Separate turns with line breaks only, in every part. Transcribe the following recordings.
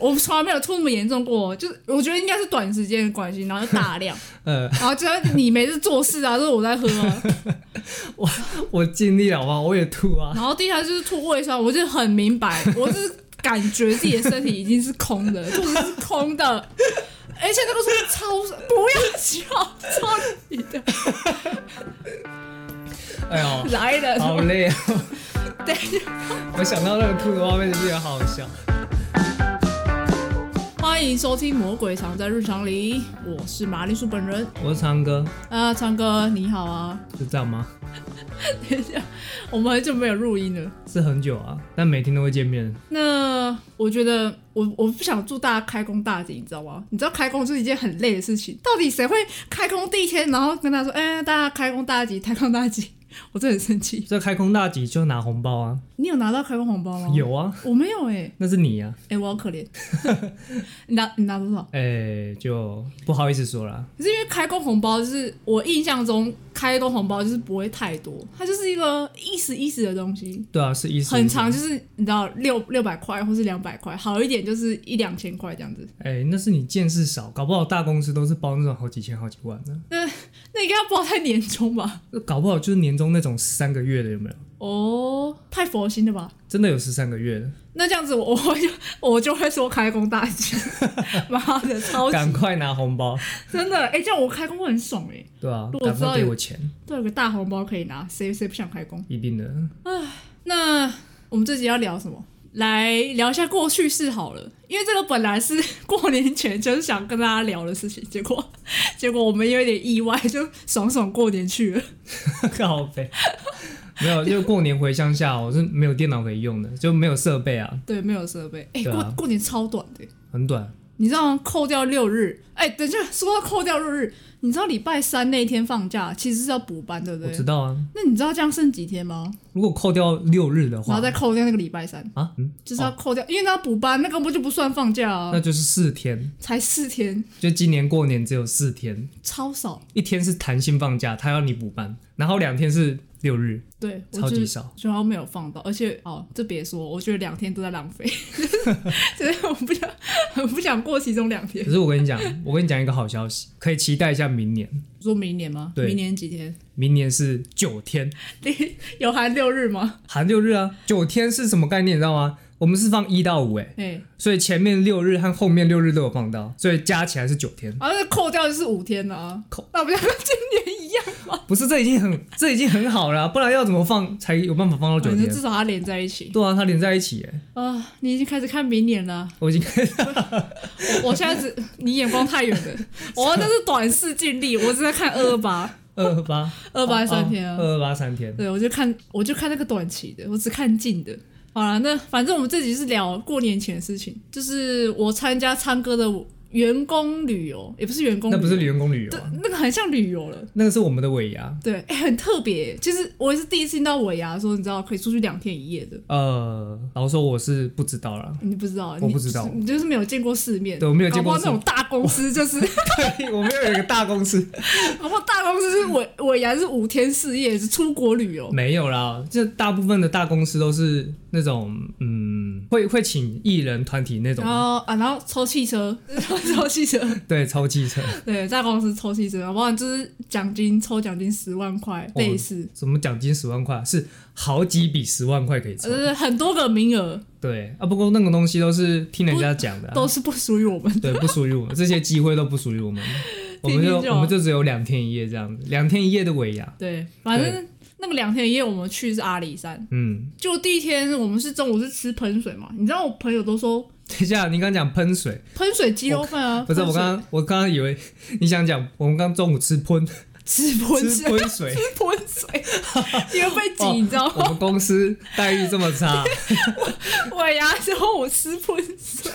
我从来没有出那么严重过，就是我觉得应该是短时间的关系，然后就大量，
呃，
然后就是你没事做事啊，就是我在喝啊，
我尽力了好不好？我也 吐啊。
然后第三就是吐胃酸，我就很明白，我就是感觉自己的身体已经是空的，肚子是空的，而且那个是超不要笑，超你的
哎呦，
来了，
好累啊！
对，
我想到那个吐的画面，就觉得好好笑。
欢迎收听《魔鬼藏在日常里》，我是马铃薯本人。
我是长哥，
啊、昌哥你好啊，
是这样吗？
等一下，我们很久没有录音了。
是很久啊，但每天都会见面。
那我觉得我我不想祝大家开工大吉，你知道吗？你知道开工是一件很累的事情，到底谁会开工第一天，然后跟他说，哎、大家开工大吉，开工大吉，我真的很生气。
这开工大吉就拿红包啊，
你有拿到开工红包吗？，
有啊，
我没有哎、
那是你啊。
哎、我好 可怜。你拿你拿多少？
哎、就不好意思说了。
可是因为开工红包，就是我印象中开工红包就是不会太多，它就是一个意思意思的东西。
对啊，是意思。
很长，就是你知道六六百块或是两百块，好一点就是一两千块这样子。
哎、那是你见识少，搞不好大公司都是包那种好几千、好几万的，
那应该要包在年终吧？
那搞不好就是年终那种十三个月的，有没有？
哦，太佛心了吧？
真的有十三个月的，
那这样子我，我就我就会 说开工大 吉，妈的超级
赶快拿红包，
真的哎、欸这样我开工会很爽哎、欸，
对啊
如，果
赶
知道
快给
有
我钱，
都有个大红包可以拿，谁谁不想开工？
一定的。
那我们这集要聊什么？来聊一下过去式好了，因为这个本来是过年前就是想跟大家聊的事情，结果 结果我们有点意外，就爽爽过年去了。
靠背。没有，因为过年回乡下，我是没有电脑可以用的，就没有设备啊，
对，没有设备。哎、
对啊
过过年超短的、
很短。
你知道吗扣掉六日，哎、等一下说到扣掉六日，你知道礼拜三那一天放假其实是要补班，对不
我
对
知？道啊，
那你知道这样剩几天吗？
如果扣掉六日的
然
话
后，再扣掉那个礼拜三，
啊，嗯，
就是要扣掉，因为他补班，那根本就不算放假啊
那，就是四天，
才四天，
就今年过年只有四天，
超少。
一天是弹性放假，他要你补班，然后两天是六日，
对，我
超
就
级
是
少。
主要没有放到，而且哦，这别说，我觉得两天都在浪费， 就是我不想，很不想过其中两天
可。是我跟你讲，我跟你讲一个好消息，可以期待一下明年，
说明年吗？
对
明年几天？
明年是九天，
有含六日吗？
含六日啊，九天是什么概念，你知道吗？我们是放一到五，哎，
哎、
所以前面六日和后面六日都有放到，所以加起来是九天。
然后再扣掉就是五天了啊，
扣
那不就跟今年一样？
不是，这已经很这已经很好了啊、不然要怎么放才有办法放到九
反正
天
至？少它连在一起
对啊，它连在一起耶，
啊、你已经开始看明年了，
我已经开始
我我现 在只你眼光太远了，我那是短视近利，我只在看二二八，
呃 二八
二八三天啊，
二八三天，
对，我就看我就看那个短期的，我只看近的。好了，那反正我们这集是聊过年前的事情，就是我参加昌哥的员工旅游，也不是员工旅
那
游，
不是员工旅游
对
啊，
那个很像旅游了。
那个是我们的尾牙。
对，哎、很特别。其实我也是第一次听到尾牙说，你知道可以出去两天一夜的，
呃，老实说我是不知道啦，
你不知道，
我不知道
你就是你就是没有见过世面，
对我没有见过
搞不好那
世
种大公司就是，
对，我们有一个大公司，
搞不好大公司是尾尾牙是五天四夜，是出国旅游。
没有啦，这大部分的大公司都是那种嗯，会会请艺人团体那种
然，后啊，然后抽汽车，抽汽车，
对，超汽车，
对，在公司抽汽车，要不然就是奖金抽奖金十万块，
哦
类似，
什么奖金十万块，是好几笔十万块可以抽
就，是很多个名额
对啊，不过那个东西都是听人家讲的啊、
都是不属于我们。
对，不属于我们，这些机会都不属于我们，我们
听
就
听就好
我们就只有两天一夜这样子，两天一夜的尾牙，
对，反正那个两天一夜我们去是阿里山，
嗯，
就第一天我们是中午是吃喷水嘛，你知道我朋友都说
等一下，你刚讲喷水，
喷水鸡肉饭啊，
不是
喷
我
水
刚刚我刚刚以为你想讲我们刚中午吃喷
吃喷
吃
水。
喷水，
吃喷水，因为被挤，你知道
我
吗？
们公司待遇这么差，
尾牙之后我吃喷水，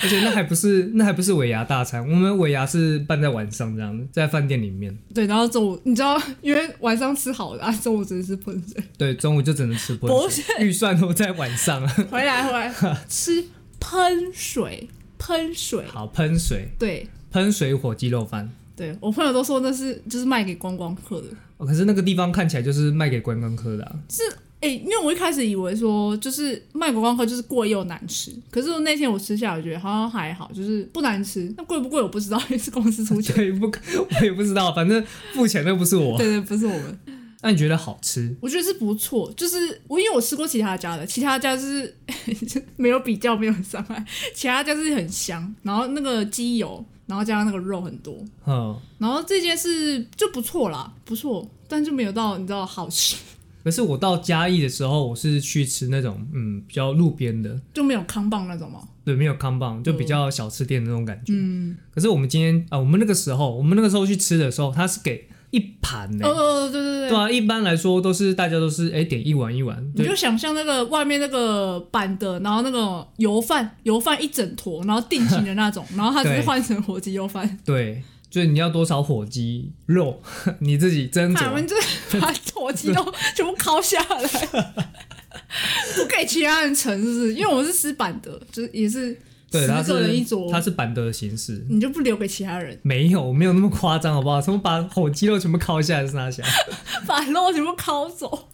而且那还不是那还不是尾牙大餐，我们尾牙是办在晚上这样子，在饭店里面，
对，然后中午你知道，因为晚上吃好的，啊，中午只能吃喷水。
对，中午就只能吃喷
不
水，预算都在晚上啊，
回来回 来，吃喷水，喷水，
好喷水
对
喷水火鸡肉饭。
对，我朋友都说那是就是卖给观光客的，
哦可是那个地方看起来就是卖给观光客的、啊，
是哎、因为我一开始以为说就是卖国光客就是贵又难吃，可是那天我吃下来，我觉得好像还好，就是不难吃。那贵不贵我不知道，因为是公司 出钱。
对，不，我也不知道，反正付钱的不是我。
对对，不是我们，
那你觉得好吃？
我觉得是不错。就是我因为我吃过其他家的，其他家就是 就没有比较，没有伤害。其他家是很香，然后那个鸡油，然后加上那个肉很多，
嗯，
然后这件事就不错啦，不错，但就没有到你知道好吃，
可是我到嘉义的时候，我是去吃那种嗯比较路边的，
就没有康棒那种嘛。
对，没有康棒，就比较小吃店的那种感觉。嗯，可是我们今天啊、我们那个时候，我们那个时候去吃的时候，它是给一盘呢、
哦哦，哦对对对
对啊，一般来说都是大家都是哎、点一碗一碗，
你
对
就想象那个外面那个板的，然后那个油饭，油饭一整坨，然后定型的那种，然后它只是
对
换成火鸡油饭。
对，就是你要多少火鸡肉， 你自己斟
看我们
酌。
这 把火鸡都全部烤下来，不给其他人盛，是不是？因为我们是吃板的，就是也是
对，它
十
是
个人一桌
它，是板的形式。
你就不留给其他人，
没有，没有那么夸张，好不好？什么把火鸡肉全部烤下来是啊 拿下来，
把肉全部烤走，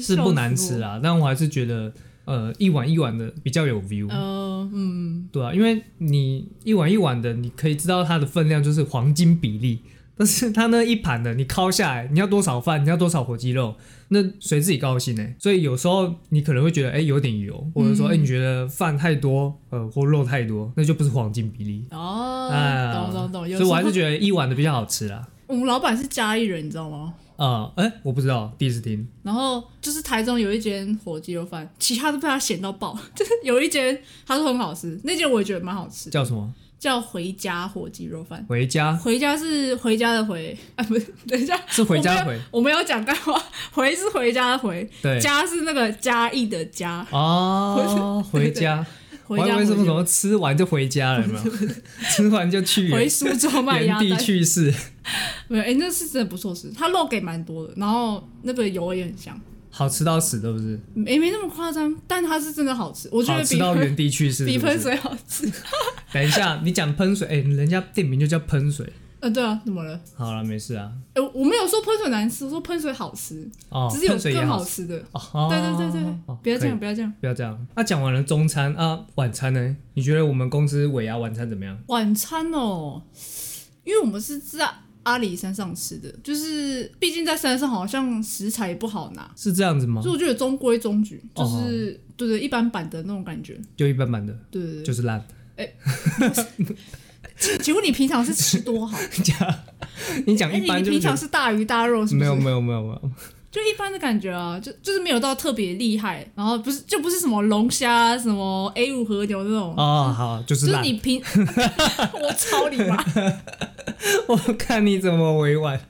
是不难吃
啊。
啊。但我还是觉得，呃，一碗一碗的比较有 view。
呃，嗯，
对啊，因为你一碗一碗的，你可以知道它的分量就是黄金比例。但是它那一盘的，你敲下来，你要多少饭，你要多少火鸡肉，那随自己高兴呢、所以有时候你可能会觉得，哎、有点油，或者
嗯
说，哎、你觉得饭太多，呃，或肉太多，那就不是黄金比例。
哦，
啊
懂懂懂。有时
所以
候
我还是觉得一碗的比较好吃啦。
我们老板是嘉义人，你知道吗？
啊、哎、我不知道，第一次听。
然后就是台中有一间火鸡肉饭，其他都被他咸到爆。 就是有一间他说很好吃，那间我也觉得蛮好吃，
叫什么？
叫回家火鸡肉饭。
回家
回家是回家的回，啊不是，等一下
是回家的回，
我们要讲干话， 回是回家的回，
对。
家是那个嘉义的家，
哦，
对
回家，
回
我还以
家
为
火
什么
鸡
什么吃完就回家了，有没有？吃完就去
回
原
苏州卖
原
鸭
地
蛋，
去世，
没有哎、那是真的不错吃，它肉给蛮多的，然后那个油也很香，
好吃到死，对不是？
没没那么夸张，但它是真的好吃，我觉
好
得
吃
比
到
喷
原地去 世，
比
是不
喷
是？
水好吃。
等一下，你讲喷水，哎，人家店名就叫喷水。
呃，对啊，怎么了？
好了，没事啊。
哎、我没有说喷水难吃，我说喷水好吃，
哦，
只是有
喷水也
更好
好吃。
吃的。
哦，
对对对对对，
哦
不要这，样，
可以
不要这样。
不要这样。那讲完了中餐啊，晚餐呢？你觉得我们公司尾牙晚餐怎么样？
晚餐哦，因为我们是在阿里山上吃的，就是毕竟在山上好像食材也不好拿，
是这样子吗
所？以我觉得中规中矩，就
哦
是、对对一般版的那种感觉。
就一般般的，
对对对
就是烂。
请，请问你平常是吃多 好？
你讲
哎，
一
你
般
你
就
平
觉
常
得
是大鱼大肉是不
没
是
有？没有没有没有，
就一般的感觉啊，就就是没有到特别厉害，然后不是就不是什么龙虾、什么 A 五和牛那种，
哦，好，就
嗯就是是
烂。
你平我操你妈！
我看你怎么委婉。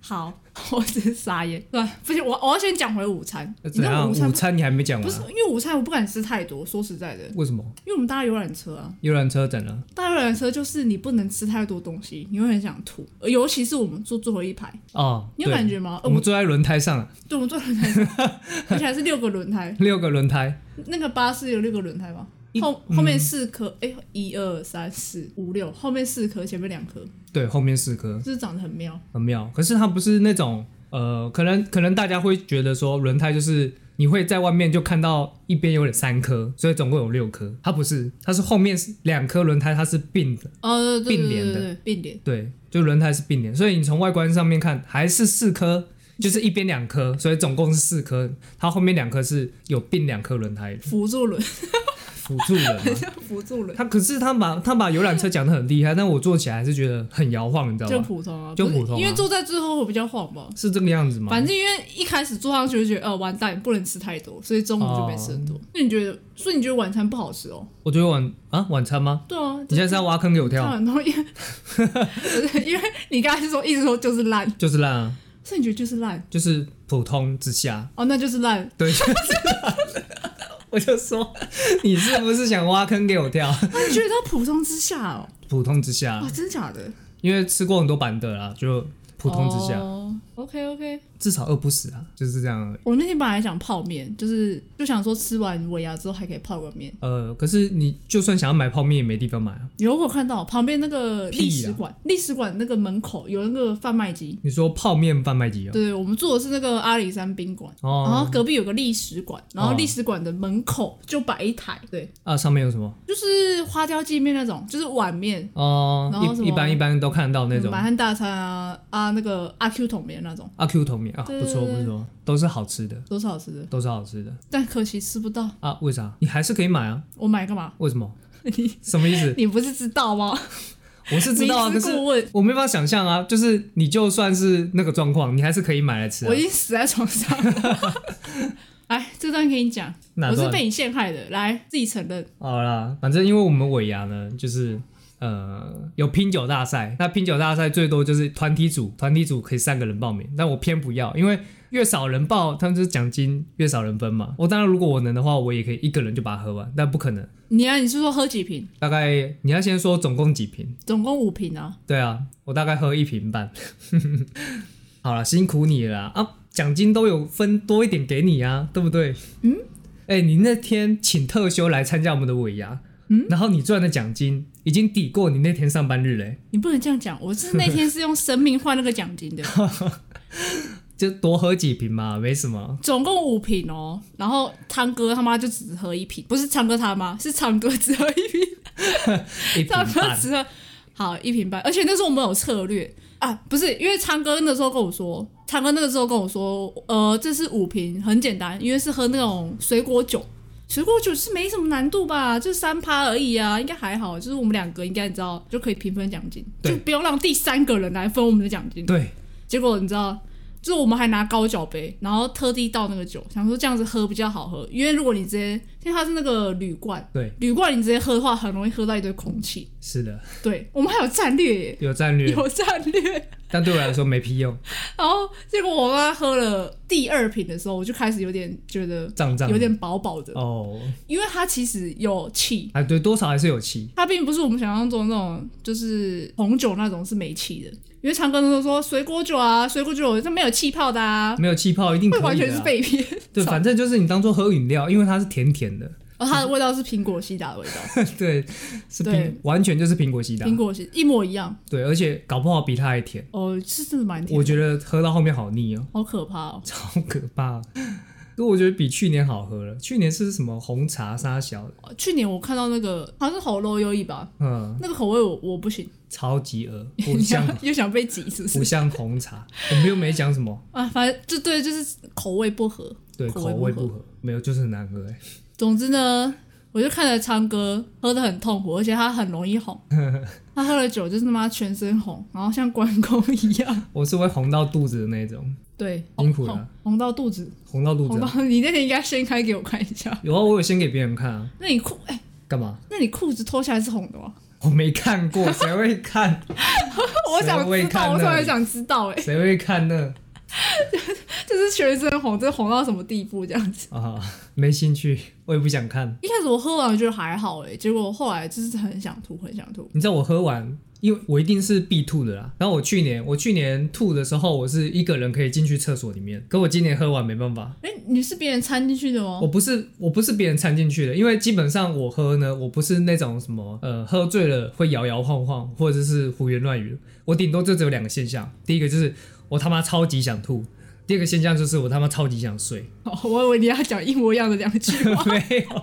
好，我只是傻眼。 对，不行，我我要先讲回午餐。你知
呃怎
道
样？
午餐
午
不
餐你还没讲
不是
完？啊
因为午餐我不敢吃太多，说实在的，因
为什么？
为我们搭游览车啊，
游览车怎了？
搭游览车就是你不能吃太多东西，你会很想吐，尤其是我们坐最后一排，
哦，
你有
对
感觉吗？呃
我
我
们
们
坐在轮胎上啊，
对，我们坐轮胎上， 而且还是六个轮胎，
六个轮胎，
那个巴士有六个轮胎吗？
一嗯
后后面四颗，哎、一二三四五六，后面四颗，前面两颗，
对，后面四颗，
就是长得很妙。
很妙。可是它不是那种呃，可能可能大家会觉得说轮胎就是你会在外面就看到一边有三颗，所以总共有六颗。它不是，它是后面是两颗轮胎它是并的，
呃，对对
并联
对
的
对对，并联。
对，就轮胎是并联，所以你从外观上面看还是四颗。就是一边两颗，所以总共是四颗。它后面两颗是有并两颗轮胎的，
辅助轮，
辅助轮嘛。
辅助轮
他可是他把他把游览车讲的很厉害，但我坐起来还是觉得很摇晃，你知道
就
吗？
普通啊，
就
不是
普通啊
因为坐在最后会比较晃吧。
是这个样子吗？
反正因为一开始坐上去就觉得，呃，完蛋，不能吃太多，所以中午就没吃很
哦
多。那、你觉得，所以你觉得晚餐不好吃哦？
我觉得晚啊晚餐吗？
对啊，
你现在是要挖坑给我
这样
跳，
很多，因为不啊是因为你刚才说一直说就是烂，
就是烂啊，
所以你觉得就是烂
就是普通之下。
哦，那就是烂。
对，就是烂我就说你是不是想挖坑给我跳？
啊，你觉得它普通之下哦？
普通之下
哇，，真假的？
因为吃过很多板的啦，就普通之下。
哦、OK OK，
至少饿不死啊，就是这样而已。
我那天本来想泡面，就是就想说吃完尾牙之后还可以泡个面。
呃，可是你就算想要买泡面也没地方买啊。
有我看到旁边那个
屁啊
历
啦
史馆，历史馆那个门口有那个贩卖机。
你说泡面贩卖机啊？
对，我们住的是那个阿里山宾馆，然后
哦，
隔壁有个历史馆，然后
哦
历史馆的门口就摆一台，对，
啊，上面有什么？
就是花雕鸡面那种，就是碗面，
哦
然后什，么
一一般一般都看得到那
嗯
种
满汉大餐啊啊那个阿 Q 桶面那种，
阿 Q 桶面啊，
对
不错
对
不
对
错，都是好吃的，
多少吃的，
都是好吃的
但可惜吃不到，
啊。为啥？你还是可以买啊？
我买干嘛？
为什么？ 什么意思？
你不是知道吗？
我是知道啊，
明
可
知
是
故问，
我没办法想象啊，就是你就算是那个状况，你还是可以买来吃、啊
我已。经死在床上 了。来，这段给你讲，
哪
我是
段
被你陷害的，来自己承认。
好啦，反正因为我们尾牙呢，就是呃有拼酒大赛，那拼酒大赛最多就是团体组，团体组可以三个人报名，但我偏不要，因为越少人报，他们就是奖金越少人分嘛。我当然如果我能的话，我也可以一个人就把它喝完，但不可能。
你啊，你是说喝几瓶？
大概你要先说总共几瓶，
总共五瓶啊。
对啊，我大概喝一瓶半。 好了，辛苦你了啦啊！奖金都有分多一点给你啊，对不对？嗯。哎、你那天请特休来参加我们的尾牙，嗯，然后你赚的奖金已经抵过你那天上班日嘞、
你不能这样讲，我是那天是用生命换那个奖金的，
就多喝几瓶嘛，没什么。
总共五瓶哦。然后昌哥他妈就只喝一瓶，不是昌哥他妈，是昌哥只喝一瓶，
一瓶
昌哥
半，
只喝好一瓶半。而且那时候我们有策略啊，不是因为昌哥那时候跟我说，昌哥那个时候跟我说，呃，这是五瓶，很简单，因为是喝那种水果酒。水果酒是没什么难度吧，就三趴而已啊，应该还好。就是我们两个应该你知道就可以平分奖金，就
对
不用让第三个人来分我们的奖金。
对，
结果你知道，就是我们还拿高脚杯，然后特地倒那个酒，想说这样子喝比较好喝，因为如果你直接，因为它是那个铝罐，
对，
铝罐你直接喝的话，很容易喝到一堆空气。
是的，
对 我们还有战略耶，
有战略，
有战略。
但对我来说没屁用，
然后结果我妈喝了第二瓶的时候，我就开始有点觉得
胀胀的
有点饱饱的，
哦，
因为它其实有气。
啊，对，多少还是有气，
它并不是我们想象中的那种，就是红酒那种是没气的，因为长庚都说水果酒啊，水果酒它没有气泡的啊，
没有气泡一定可
会
以的
完
啊、
全是被骗。
对， 反正就是你当做喝饮料，因为它是甜甜的，
然后哦它的味道是苹果西打的味道，
对，啊是
对
苹，完全就是苹果西打，
苹果西一模一样。
对，而且搞不好比它还甜。
哦，是真的蛮甜的，
我觉得喝到后面好腻哦，
好可怕哦。
好可怕。不过我觉得比去年好喝了，去年是什么红茶沙小的，
去年我看到那个好像是喉咙优一吧，
嗯，
那个口味我我不行，
超级鹅，不
你想
像
又想被挤是不
不
是？
像红茶，我们又没讲什么，
啊，反正就对，就是口味不合。
对，
口
口
味
味
不合
不合，没有就是很难喝哎。
总之呢，我就看着昌哥喝的很痛苦，而且他很容易 红，他喝了酒就是他妈全身红，然后像关公一样，
我是会红到肚子的那种，
对，
辛苦了
红红到肚子，
红到肚
红
子啊、
到 你那天应该掀开给我看一下。
有啊，我有先给别人看啊，
那你裤哎、
干嘛？
那你裤子脱下来是红的吗？
我没看过，谁会看？
我想
谁
知
会看
道，
呢
我突然想知道、 哎，
谁会看呢？
就是全身红，这红到什么地步这样子？
啊，没兴趣，我也不想看。
一开始我喝完我觉得还好、哎，结果后来就是很想吐，很想吐。
你知道我喝完，因为我一定是必吐的啦。然后我去年我去年吐的时候，我是一个人可以进去厕所里面，可我今年喝完没办法。
哎、你是别人掺进去的吗
我？不是我不是别人掺进去的，因为基本上我喝呢，我不是那种什么呃喝醉了会摇摇晃晃或者是胡言乱语，我顶多就只有两个现象，第一个就是我他妈超级想吐，第二个现象就是我他妈超级想睡。
哦 我以为你要讲一模一样的两句话，
没有，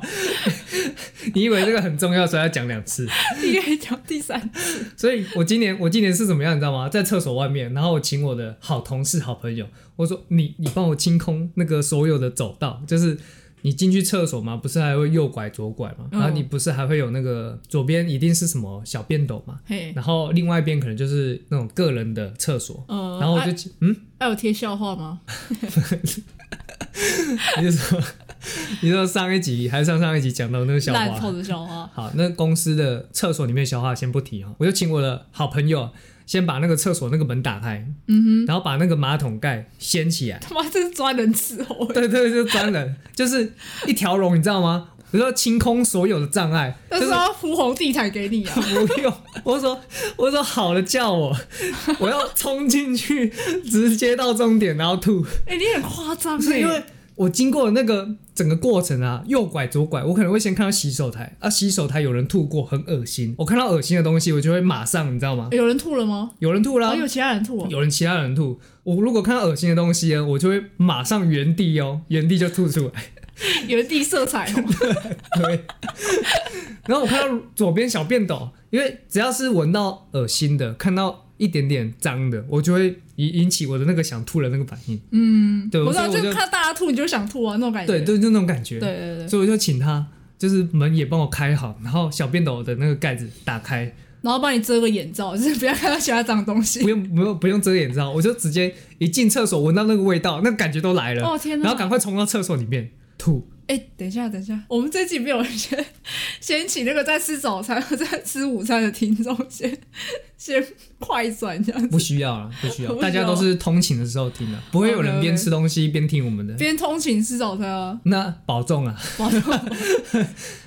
你以为这个很重要，所以要讲两次。
你可以讲第三
所以我今年我今年是怎么样，你知道吗？在厕所外面，然后我请我的好同事、好朋友，我说你你帮我清空那个所有的走道，就是你进去厕所嘛，不是还会右拐左拐嘛，
嗯
然后你不是还会有那个左边一定是什么小便斗嘛，
嘿，
然后另外一边可能就是那种个人的厕所。
呃，
然后我就、
哎
嗯，
哎有贴笑话吗？
你就说，你说上一集还是上上一集讲到那个笑
烂
话，
透的笑话。
好，那公司的厕所里面消化先不提哈，我就请我的好朋友先把那个厕所那个门打开，嗯哼，然后把那个马桶盖掀起来，
他妈这是抓人伺候、哎
对对，对就钻了，就是一条龙，你知道吗？我说清空所有的障碍，
但
就是是
要铺红地毯给 你啊。
不用。我说我说好了，叫我，我要冲进去，直接到终点，然后吐。
哎、你很夸张、
不
欸，
是因为我经过那个整个过程啊，右拐左拐，我可能会先看到洗手台啊，洗手台有人吐过，很恶心。我看到恶心的东西，我就会马上，你知道吗？
有人吐了吗？
有人吐啦、
然后有其他人吐哦、
有人其他人吐，我如果看到恶心的东西啊呢，我就会马上原地哦，原地就吐出来。
有人递色彩、哦。
对，然后我看到左边小便斗，因为只要是闻到恶心的，看到一点点脏的，我就会引引起我的那个想吐的那个反应。嗯，对，
我
我
知道，
我
就
就
看到大家吐，你就想吐啊，那种感觉。
对对，就那种感觉。
对对对对
所以我就请他，就是门也帮我开好，然后小便斗的那个盖子打开，
然后帮你遮个眼罩，就是不要看到其他脏东西
不。用不用不用遮掩，你知道，我就直接一进厕所闻到那个味道，那感觉都来了，
哦天哪
然后赶快冲到厕所里面吐。
哎、等一下，等一下，我们这集没有人先先请那个在吃早餐和在吃午餐的听众先先快转这样
不
子，
需要了，不需要，
不需要
大家都是通勤的时候听的，不会有人
OK，OK
边吃东西边听我们的。
边通勤吃早餐啊，
那保重啊，
哇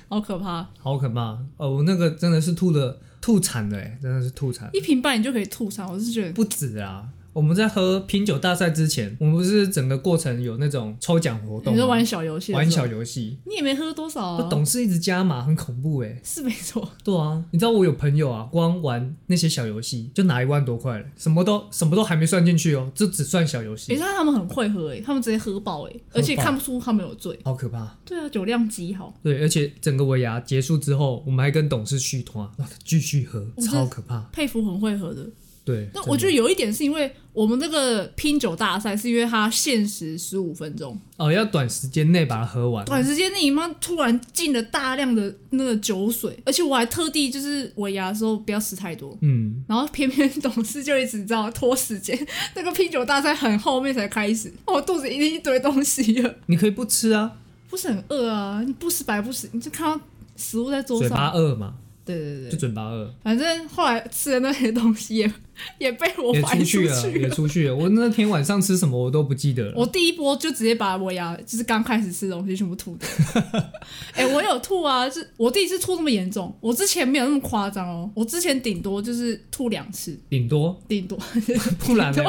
好可怕！
好可怕哦！我那个真的是吐的吐惨了、欸，真的是吐惨，
一瓶半你就可以吐上，我是觉得
不止啊。我们在喝品酒大赛之前，我们不是整个过程有那种抽奖活动
你
吗，
是玩小游戏，
玩小，游戏，
你也没喝多少啊，
那董事一直加码，很恐怖哎、
是没错，
对啊，你知道我有朋友啊，光玩那些小游戏就拿一万多块了，什么都什么都还没算进去哦，这只算小游
你
戏，
知道他们很会喝诶、他们直接喝爆诶、而且看不出他们有醉。
好可怕。
对啊，酒量极好。
对，而且整个尾牙结束之后，我们还跟董事续团，哇继续喝，
我真
超可怕。
佩服很会喝的，
对，
哦那我觉得
得
有一点是因为我们这个拼酒大赛是因为它限时十五分钟，
哦，要短时间内把它喝完，
短时间内你妈突然进了大量的那个酒水，而且我还特地就是尾牙的时候不要吃太多，
嗯，
然后偏偏董事就一直知道拖时间， 那个拼酒大赛很后面才开始，我肚子一定一堆东西了，
你可以不吃啊，
不是很饿啊，你不吃白不吃，你就看到食物在桌
嘴巴
上，
饿嘛，
对对
就
对，
嘴巴饿，
反正后来吃的那些东西也 也被我
也
排
出去
出
了，
去
也出去了。我那天晚上吃什么我都不记得了，
我第一波就直接把我牙，就是刚开始吃的东西全部吐掉。哎、我有吐啊，就是我第一次吐那么严重，我之前没有那么夸张哦。我之前顶多就是吐两次，
顶多
顶多
不然呢？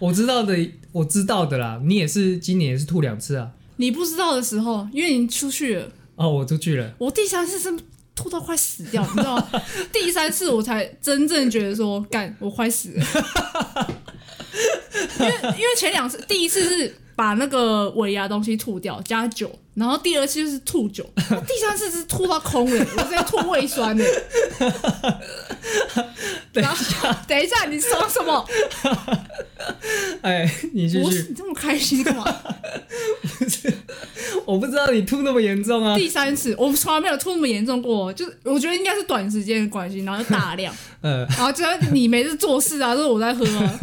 我知道的，我知道的啦，你也是今年也是吐两次啊。
你不知道的时候，因为你出去了。
哦，我出去了，
我第三次真吐到快死掉，你知道吗？ 第三次我才真正觉得说，干，我快死了。 因为因为前两次，第一次是把那个尾牙东西吐掉加酒，然后第二次就是吐酒，我第三次是吐到空了，我直接吐胃酸了。然后等一下，你说什么？
哎，你继
我
续，
你这么开心干嘛？
我不知道你吐那么严重啊。
第三次我从来没有吐那么严重过，就是我觉得应该是短时间的关系，然后就大量。
呃，
然后就是你没事做事啊，都是我在喝啊。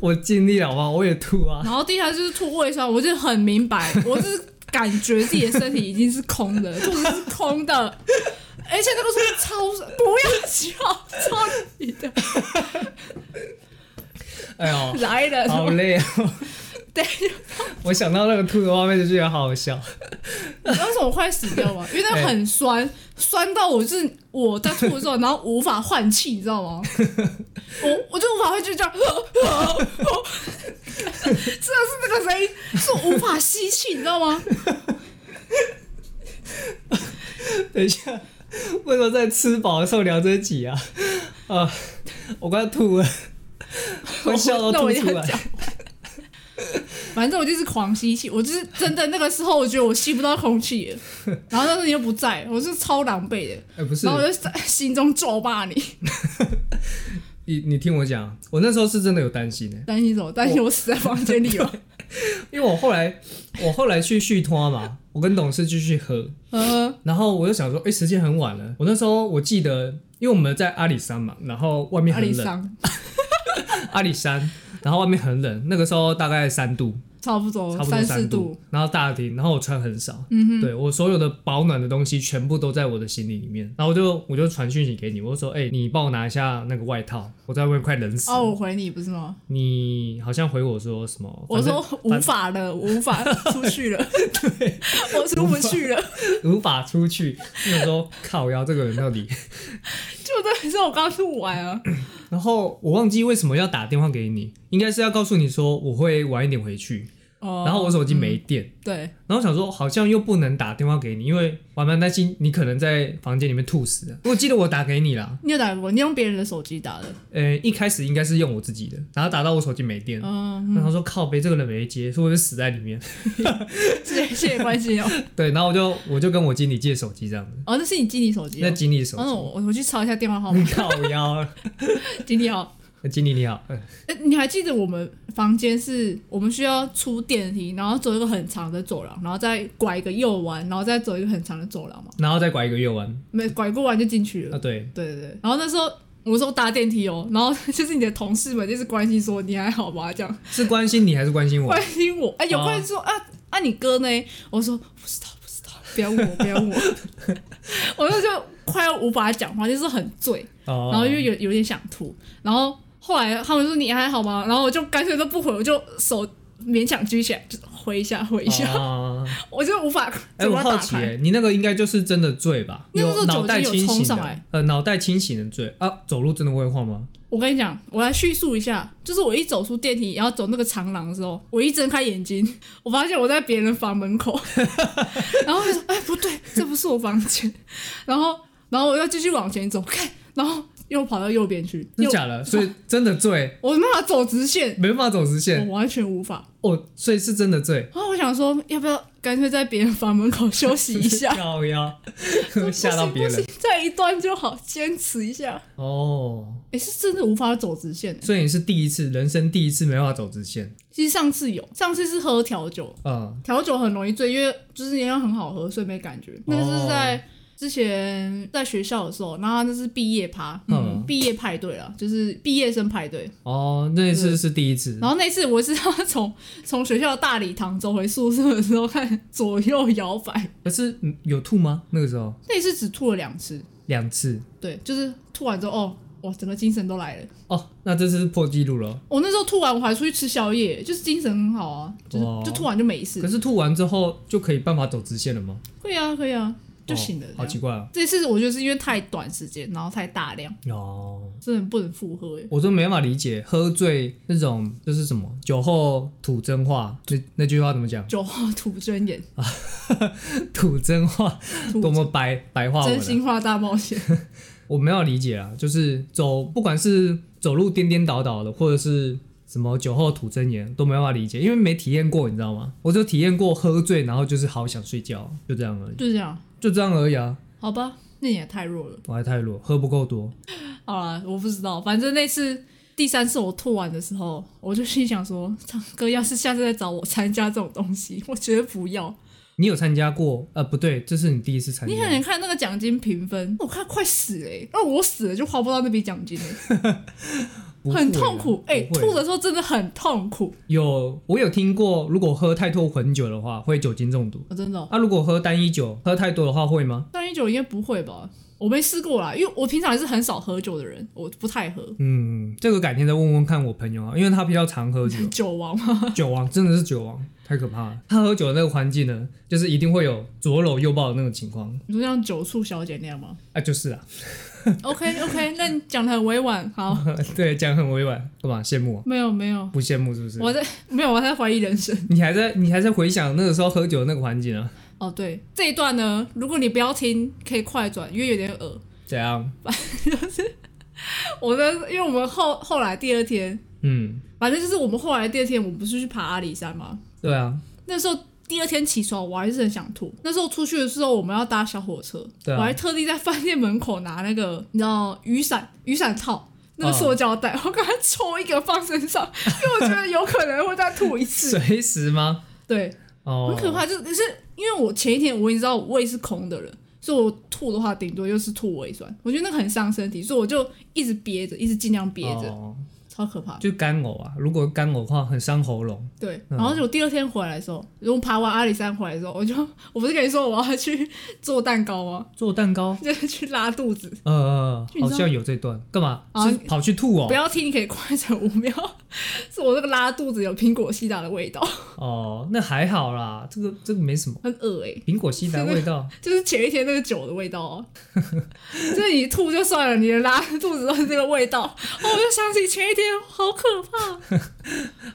我尽力了，好不好？我也吐啊。
然后第三就是吐胃酸，我就很明白， 我就是感觉自己的身体已经是空的，肚子是空的，而且那个是超不要笑，超你的
哎呦，
来了，
好累啊！
对，
我想到那个吐的画面就觉得好好笑。
你知道为什么我快死掉吗？因为那个很酸，酸到我就是我在吐的时候，然后无法换气，你知道吗？我我就无法换气，就这样， 真的是那个声音，是我无法吸气，你知道吗？
等一下，为什么在吃饱的时候聊这集啊？啊，我快 吐了，我笑到
那我
吐
一定
出
要
来
讲。反正我就是狂吸气，我就是真的那个时候，我觉得我吸不到空气了， 然后但是你又不在，我是超狼狈的，
哎，不是
然，后我就在心中咒骂你，
你你听我讲，啊我那时候是真的有担心的、
担心什么？担心我死在房间里哦吗？
因为我后来我后来去续托嘛，我跟董事继续喝，
呃，
然后我就想说，哎、时间很晚了，我那时候我记得，因为我们在阿里山嘛，然后外面
阿
很
里
冷，
桑，
阿里山，然后外面很冷，那个时候大概三度，
差不多
差不多
三四
三度，然后大厅，然后我穿很少，
嗯哼，
对我所有的保暖的东西全部都在我的行李里面，然后我就我就传讯息给你，我就说，哎、你帮我拿一下那个外套，我在外面快冷死了。
哦，我回你不是吗？
你好像回我说什么？
我
反
说无法了，无法 出去了， 我出不去了。
正无法出去，我想说靠腰这个人到底，
就对，是我刚录完啊，
然后我忘记为什么要打电话给你，应该是要告诉你说我会晚一点回去，
哦，
然后我手机没电。
对，
然后想说，好像又不能打电话给你，因为我还蛮担心你可能在房间里面吐死的。我记得我打给你啦，
你有打过？你用别人的手机打的？
呃，一开始应该是用我自己的，然后打到我手机没电，
嗯，
然后他说靠背这个人没接，说我就死在 里面。
谢谢谢关心哦。
对，然后我就我就跟我经理借手机这样子，
哦，那是你经理手机、
那
哦。
经理手
哦，那
机，。
我我去抄一下电话号码
靠腰，
经理好，
经理你好，呃
哎、你还记得我们房间是我们需要出电梯，然后走一个很长的走廊，然后再拐一个右弯，然后再走一个很长的走廊吗？
然后再拐一个月弯
没拐过弯就进去了。
啊，对，
对对对，然后那时候。我说搭电梯哦，然后就是你的同事们就是关心说你还好吗？这样
是关心你还是关心我
关？心我，哎、有
哦
关心说啊啊你哥呢？我说不知道不知道，不要问我不要问我， 我那时候快要无法讲话，就是很醉，
哦，
然后就有有点想吐，然后后来他们说你还好吗？然后我就干脆都不回，我就手勉强举起来，就回一下回一下，
哦
我就无法
哎、
嘴
我
巴
好
打
奇、
开。
欸，你那个应该就是真的醉吧？
那个时候
有脑袋
酒精有
清
冲
醒
上
的
来，
呃，脑袋清醒的醉啊，走路真的会晃吗？
我跟你讲，我来叙述一下，就是我一走出电梯，然后走那个长廊的时候，我一睁开眼睛，我发现我在别人房门 口，然后我就说：“哎，不对，这不是我房间。”然后，然后我又继续往前走，看，然后又跑到右边去，
真
又
假的？所以真的醉，
我没办法走直线，
没办法走直线
我完全无法。
哦，所以是真的醉。
然后我想说，要不要干脆在别人房门口休息一 下？
靠腰，吓到别
不行
人
不行再一段就好，坚持一下。
哦。
哎，是真的无法走直线欸。
所以你是第一次，人生第一次没办法走直线，
其实上次有，上次是喝调酒，
嗯，
调酒很容易醉，因为就是饮料很好喝，所以没感觉。那个是
哦
在之前在学校的时候，然后那是毕业趴，嗯
嗯，
毕业派对啦，就是毕业生派对。
哦，那一次是第一次
嗯然，后那次我是要从从学校的大礼堂走回宿舍的时候，看左右摇摆，
可是嗯有吐吗？那个时候
那次只吐了两次，
两次，
对，就是吐完之后，哦，哇，整个精神都来了。
哦，那这次是破纪录了。
我那时候吐完，我还出去吃宵夜，就是精神很好啊，就是
哇
就吐完就没
哦可
事。
是吐完之后就可以办法走直线了吗？
可以啊，可以啊，就醒了
哦
这
好
样。
奇怪哦。
这次我觉得是因为太短时间，然后太大量，
哦，
真的不能负荷耶。
我都没办法理解喝醉那种就是什么酒后吐真话，那那句话怎么讲？
酒后吐真言，
吐真话
吐
多么白白话文、
真
啊。
心话大冒险。
我没有理解啊，就是走，不管是走路颠颠倒倒的，或者是什么酒后吐真言，都没办法理解，因为没体验过，你知道吗？我就体验过喝醉，然后就是好想睡觉，就这样而已，
就这样，
就这样而已啊。
好吧，那你也太弱了。
我还太弱，喝不够多，
好啦，我不知道，反正那次第三次我吐完的时候，我就心想说，唱歌要是下次再找我参加这种东西，我绝对不要。
你有参加过？呃，不对，这是你第一次参加
你。想想看那个奖金评分，我看快死了欸，那我死了就花不到那笔奖金了，
不会啊
很痛苦。哎、
不会
吐的时候真的很痛苦，
有，我有听过，如果喝太多混酒的话，会酒精中毒。
我、真的哦、
啊，如果喝单一酒，喝太多的话会吗？
单一酒应该不会吧？我没试过啦，因为我平常也是很少喝酒的人，我不太喝。
嗯，这个改天再问问看我朋友啊，因为他比较常喝酒。
酒王吗？
酒王真的是酒王，太可怕了。他喝酒的那个环境呢，就是一定会有左搂右抱的那种情况。
你说像酒醋小姐那样 吗
啊，就是啊，
？OK OK，那你讲的很委婉，好，
对，讲很委婉，干嘛羡慕啊？
没有没有，
不羡慕是不是？
我在没有我在怀疑人生。
你还在你还在回想那个时候喝酒的那个环境啊？
哦，对，这一段呢，如果你不要听，可以快转，因为有点恶。
怎样？
我的，因为我们后后来第二天，
嗯，
反正就是我们后来第二天，我们不是去爬阿里山吗？
对啊，
那时候第二天起床，我还是很想吐。那时候出去的时候，我们要搭小火车，
对啊
我还特地在饭店门口拿那个你知道雨伞、雨伞套。那
嗯
个塑胶袋，我刚才抽一个放身上，因为我觉得有可能会再吐一次。
随时吗？
对，
哦
很，可怕，就是是因为我前一天我已经知道我胃是空的了，所以我吐的话顶多就是吐胃酸，我觉得那个很伤身体，所以我就一直憋着，一直尽量憋着，
哦
超超可怕的。
就干呕啊，如果干呕的话很伤喉咙。
对，
嗯
然后就我第二天回来的时候，我爬完阿里山回来的时候，我就 我不是跟你说我要去做蛋糕吗？
做蛋糕，
就是去拉肚子。
呃，
你知道
好像有这段，干嘛？
啊
是跑去吐
不
哦？
要听，你可以快成五秒。 是我那个拉肚子有苹果西打的味道，
哦，那还好啦，这个这个没什么。
很恶诶、
苹果西达味道，
就是前一天那个酒的味道啊。 就是你吐就算了，你的拉肚子都是这个味道， 哦，我就想起前一天好可怕，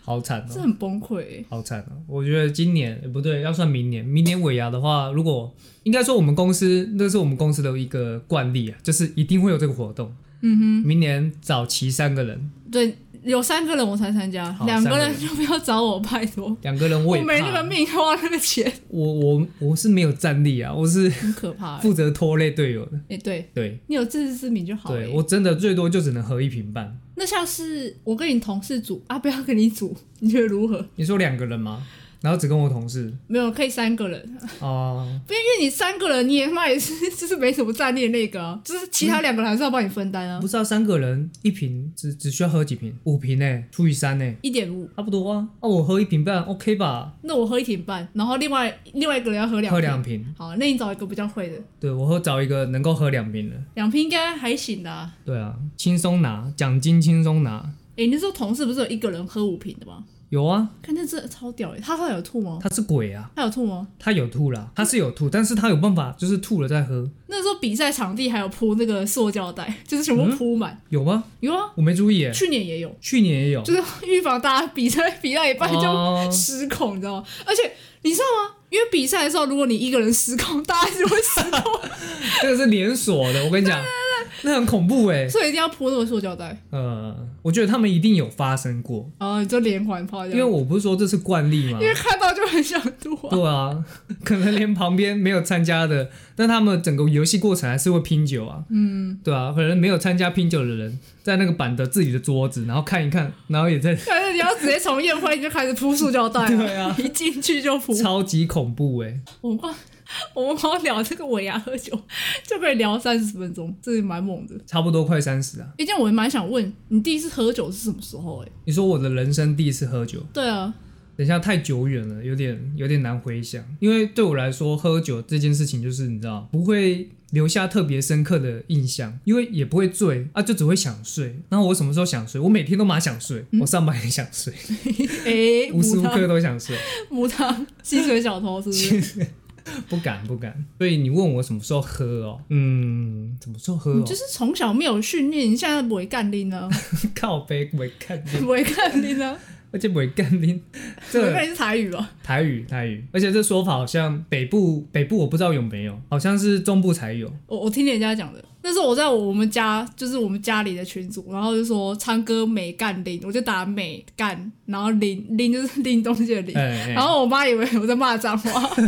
好惨哦
这，很崩溃、欸。
好惨哦！我觉得今年、呃不对，要算明年，明年尾牙的话，如果应该说我们公司那是我们公司的一个惯例啊，就是一定会有这个活动。嗯哼，明年找齐三个人，
对，有三个人我才参加
好，
两个
三个
人
人
就不要找我，拜托，
两个人
我
我也
没那
怕
个命花那个钱，
我我我是没有战力啊，我是
很可怕、欸。
负责拖累队友的。
哎、对
对
你有自知之明就好、欸。
对，我真的最多就只能合一平半。
那像是我跟你同事组啊，不要跟你组，你觉得如何？
你说两个人吗？然后只跟我同事
没有，可以三个人，
哦、
不因为你三个人，你也妈也是 就是没什么战力那个、啊，就是其他两个人还是要帮你分担啊
不，知道三个人一瓶只只需要喝几瓶，五瓶呢、欸除以三呢、
一点五。
差不多啊。啊，我喝一瓶半 OK 吧？
那我喝一瓶半，然后另外另外一个人要喝两
喝
瓶。
两瓶，
好，那你找一个比较会的，
对我喝找一个能够喝两瓶的。
两瓶应该还行的、啊。
对啊，轻松拿奖金，轻松拿。
诶，那时候同事不是有一个人喝五瓶的吗？
有啊，
看那真的超屌诶，他后来有吐吗？
他是鬼啊，
他有吐吗？
他有吐啦，他是有吐，但是他有办法，就是吐了再喝，
那时候比赛场地还有铺那个塑胶袋，就是全
嗯
部铺满。
有吗？
有啊，
我没注意耶，
去年也有。
去年也有，
就是预防大家比赛比到一半
哦
就失控，你知道吗？而且你知道吗？因为比赛的时候，如果你一个人失控，大家就会失 控，
这个是连锁的，我跟你 讲，那很恐怖哎。
所以一定要铺那个塑胶袋，
呃，我觉得他们一定有发生过，
然后你就连环泡这
因为
样。
我不是说这是惯例吗
啊因？为看到就很想吐啊！
对啊， 可能连旁边没有参加的，但他们整个游戏过程还是会拼酒啊。嗯，对啊，可能没有参加拼酒的人，在那个板的自己的桌子，然后看一看，然后也在
但是你要直接从宴会你就开始铺塑胶袋，
对啊，。
一进去就铺
超级恐怖哎、
我们光我们光聊这个尾牙喝酒就可以聊三十分钟，这也蛮猛的。
差不多快三十啊。
毕竟我也蛮想问你第一次喝酒是什么时候、欸？哎，
你说我的人生第一次喝酒，
对啊，
等一下太久远了，有点有点难回想，因为对我来说，喝酒这件事情就是你知道不会留下特别深刻的印象，因为也不会醉啊，就只会想睡。然后我什么时候想睡？我每天都蛮想睡，我上班也想睡，
嗯哎、
无时
母
无
汤
刻都想睡，
母汤薪水小偷是不是？
不敢不敢。所以你问我什么时候喝哦？嗯，什么时候喝
你
哦？
就是从小没有训练，你现在不会干拎呢，
靠背不会干冰，
不会干拎呢，
而且不会干冰，
不
这
会干是台语哦吧？
台语，台语，而且这说法好像北部北部我不知道有没有，好像是中部才有。
我我听人家讲的，那时候我在我们家，就是我们家里的群组，然后就说唱歌美干拎，我就打美干，然后拎拎就是 拎东西的拎，
哎、
然后我妈以为我在骂脏话， 我说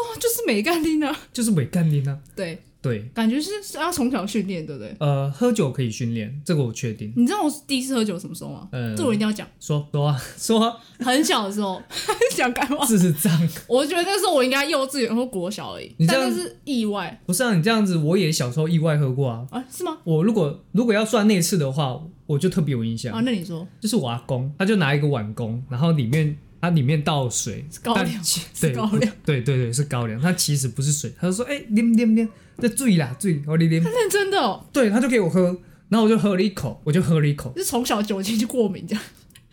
哦就是美干拎啊，
就是伪干冰啊。
对，
对，
感觉是是要从小训练，对不对？
呃，喝酒可以训练，这个我确定。
你知道我第一次喝酒什么时候吗？
嗯
这我一定要讲，
说说啊 说啊，
很小的时候， 讲干话。
智障！
我觉得那时候我应该幼稚园或国小而已
你，这
但
样
那是意外
不是啊，你这样子我也小时候意外喝过啊。
啊？是吗？
我如果如果要算那次的话，我就特别有印象，
啊，那你说
就是我阿公，他就拿一个碗公，然后里面它里面倒水，
是高
但
粱
其
是
对
高粱，
对对对是高粱，它其实不是水，他就说哎啉啉啉，这醉啦醉，我啉啉。
他认真的哦，
对，他就给我喝，然后我就喝了一口，我就喝了一口，
就是从小酒精就过敏这样，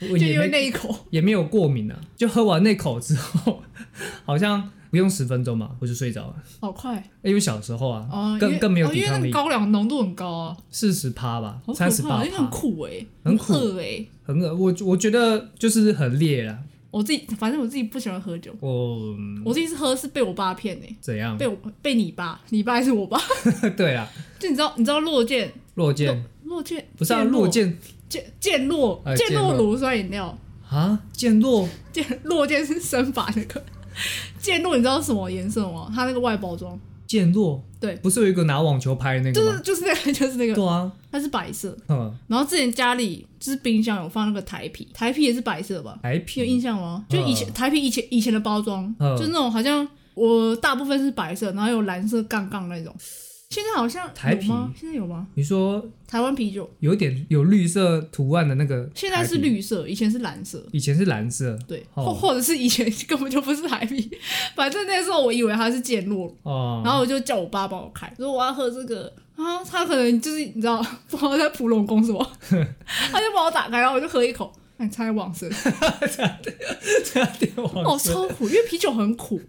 我
就因
也
为
没
那一口。
也没有过敏啊，就喝完那口之后，好像不用十分钟嘛，我就睡着了。
好快
因为小时候啊，
哦，因
更
为
更没有
哦
抵
因为
抗
那
力
个，高粱浓度很高啊，
四十趴吧
好，可
三十
怕，
八
因为很
趴，
苦哎，
很苦
饿哎。
很恶。我我觉得就是很烈啦。
我自己反正我自己不喜欢喝酒，
我嗯
我第一次喝是被我爸骗哎，
怎样？
被我被你爸，你爸还是我爸？
对啊，
就你知道你知道落剑
落剑
落剑
不是啊，
剑
落剑
剑剑落
呃
剑
剑
落
落
乳酸饮料，
啊，剑落
剑 落剑是生发那个剑落，你知道是什么颜色吗？它那个外包装，
剑落，
对
不是有一个拿网球拍的那
就
个
是
吗？
就是那个 就是那个，
对啊，
它是白色。
嗯，
然后之前家里就是冰箱有放那个台啤，台啤也是白色吧？
还
你有印
皮
象吗？就以前、
嗯
台啤以前以前的包装，
嗯
就是那种好像我大部分是白色，然后有蓝色杠杠那种。现在好像
台
有吗
啤？
现在有吗？
你说
台湾啤酒
有点有绿色图案的那个，
现在是，绿色，以前是蓝色。
以前是蓝色
对，
哦
或或者是以前 根本就不是台啤，反正那时候我以为它是健诺
哦。
然后我就叫我爸帮我开，说我要喝这个啊，他可能就是你知道， 不知道在普龙宫什么， 他就帮我打开，然后我就喝一口，哎，差点往生，
差点忘
哦，
记
超苦，因为啤酒很苦，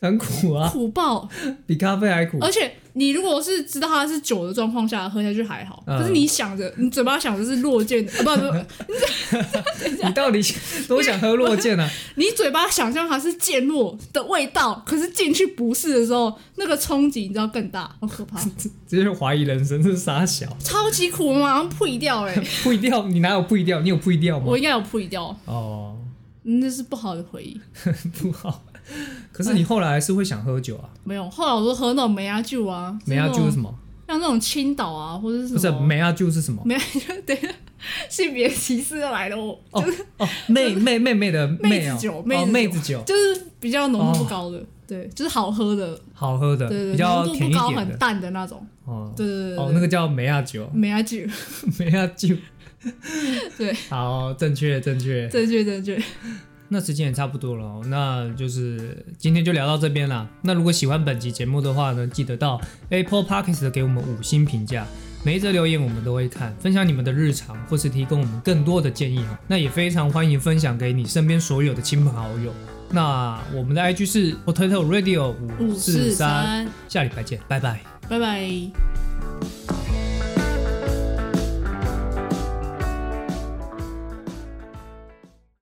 很苦啊，
苦爆，
比咖啡还苦。
而且你如果是知道它是酒的状况下喝下去还好，
嗯
可是你想着你嘴巴想着是落剑 的，啊、不不不，啊
你到底 多想喝洛 健啊？
你嘴巴想象它是剑落的味道，可是进去不是的时候，那个冲击你知道更大，好可怕，
这就是怀疑人生，这是傻小。
超级苦，我马上吐掉哎、
不一掉，你哪有不一掉？你有不一掉吗
我？应该有吐掉，
哦，
那是不好的回忆。
不好。可是你后来还是会想喝酒啊？
没有，后来我都喝那种梅亚酒啊，
梅亚
那
酒
种
是什么？
像那种青岛啊，或者是什
不
么
是梅亚酒是什么？
梅亚酒，对， 性别歧视又来了，我
哦 哦，妹妹妹妹的
妹
妹
子
哦
酒
哦
妹子酒
妹子酒，
就是比较浓度高的，对，就是好喝的，
好喝的
对，对，
比较
浓度
甜
不
一
高，
点
很
的。
淡的那种，
哦
对对对
哦，
对
那个叫梅亚酒，
梅亚酒，
梅亚酒。
对，
好，正确正 确。
正确正确，
那时间也差不多了哦，那就是今天就聊到这边啦。那如果喜欢本期节目的话呢，记得到 Apple Podcast 给我们五星评价，每一则留言我们都会看，分享你们的日常或是提供我们更多的建议哦。那也非常欢迎分享给你身边所有的亲朋好友。那我们的 IG 是 Potato Radio 五
五
四
四
三，
三，
下礼拜见，拜拜。
拜拜。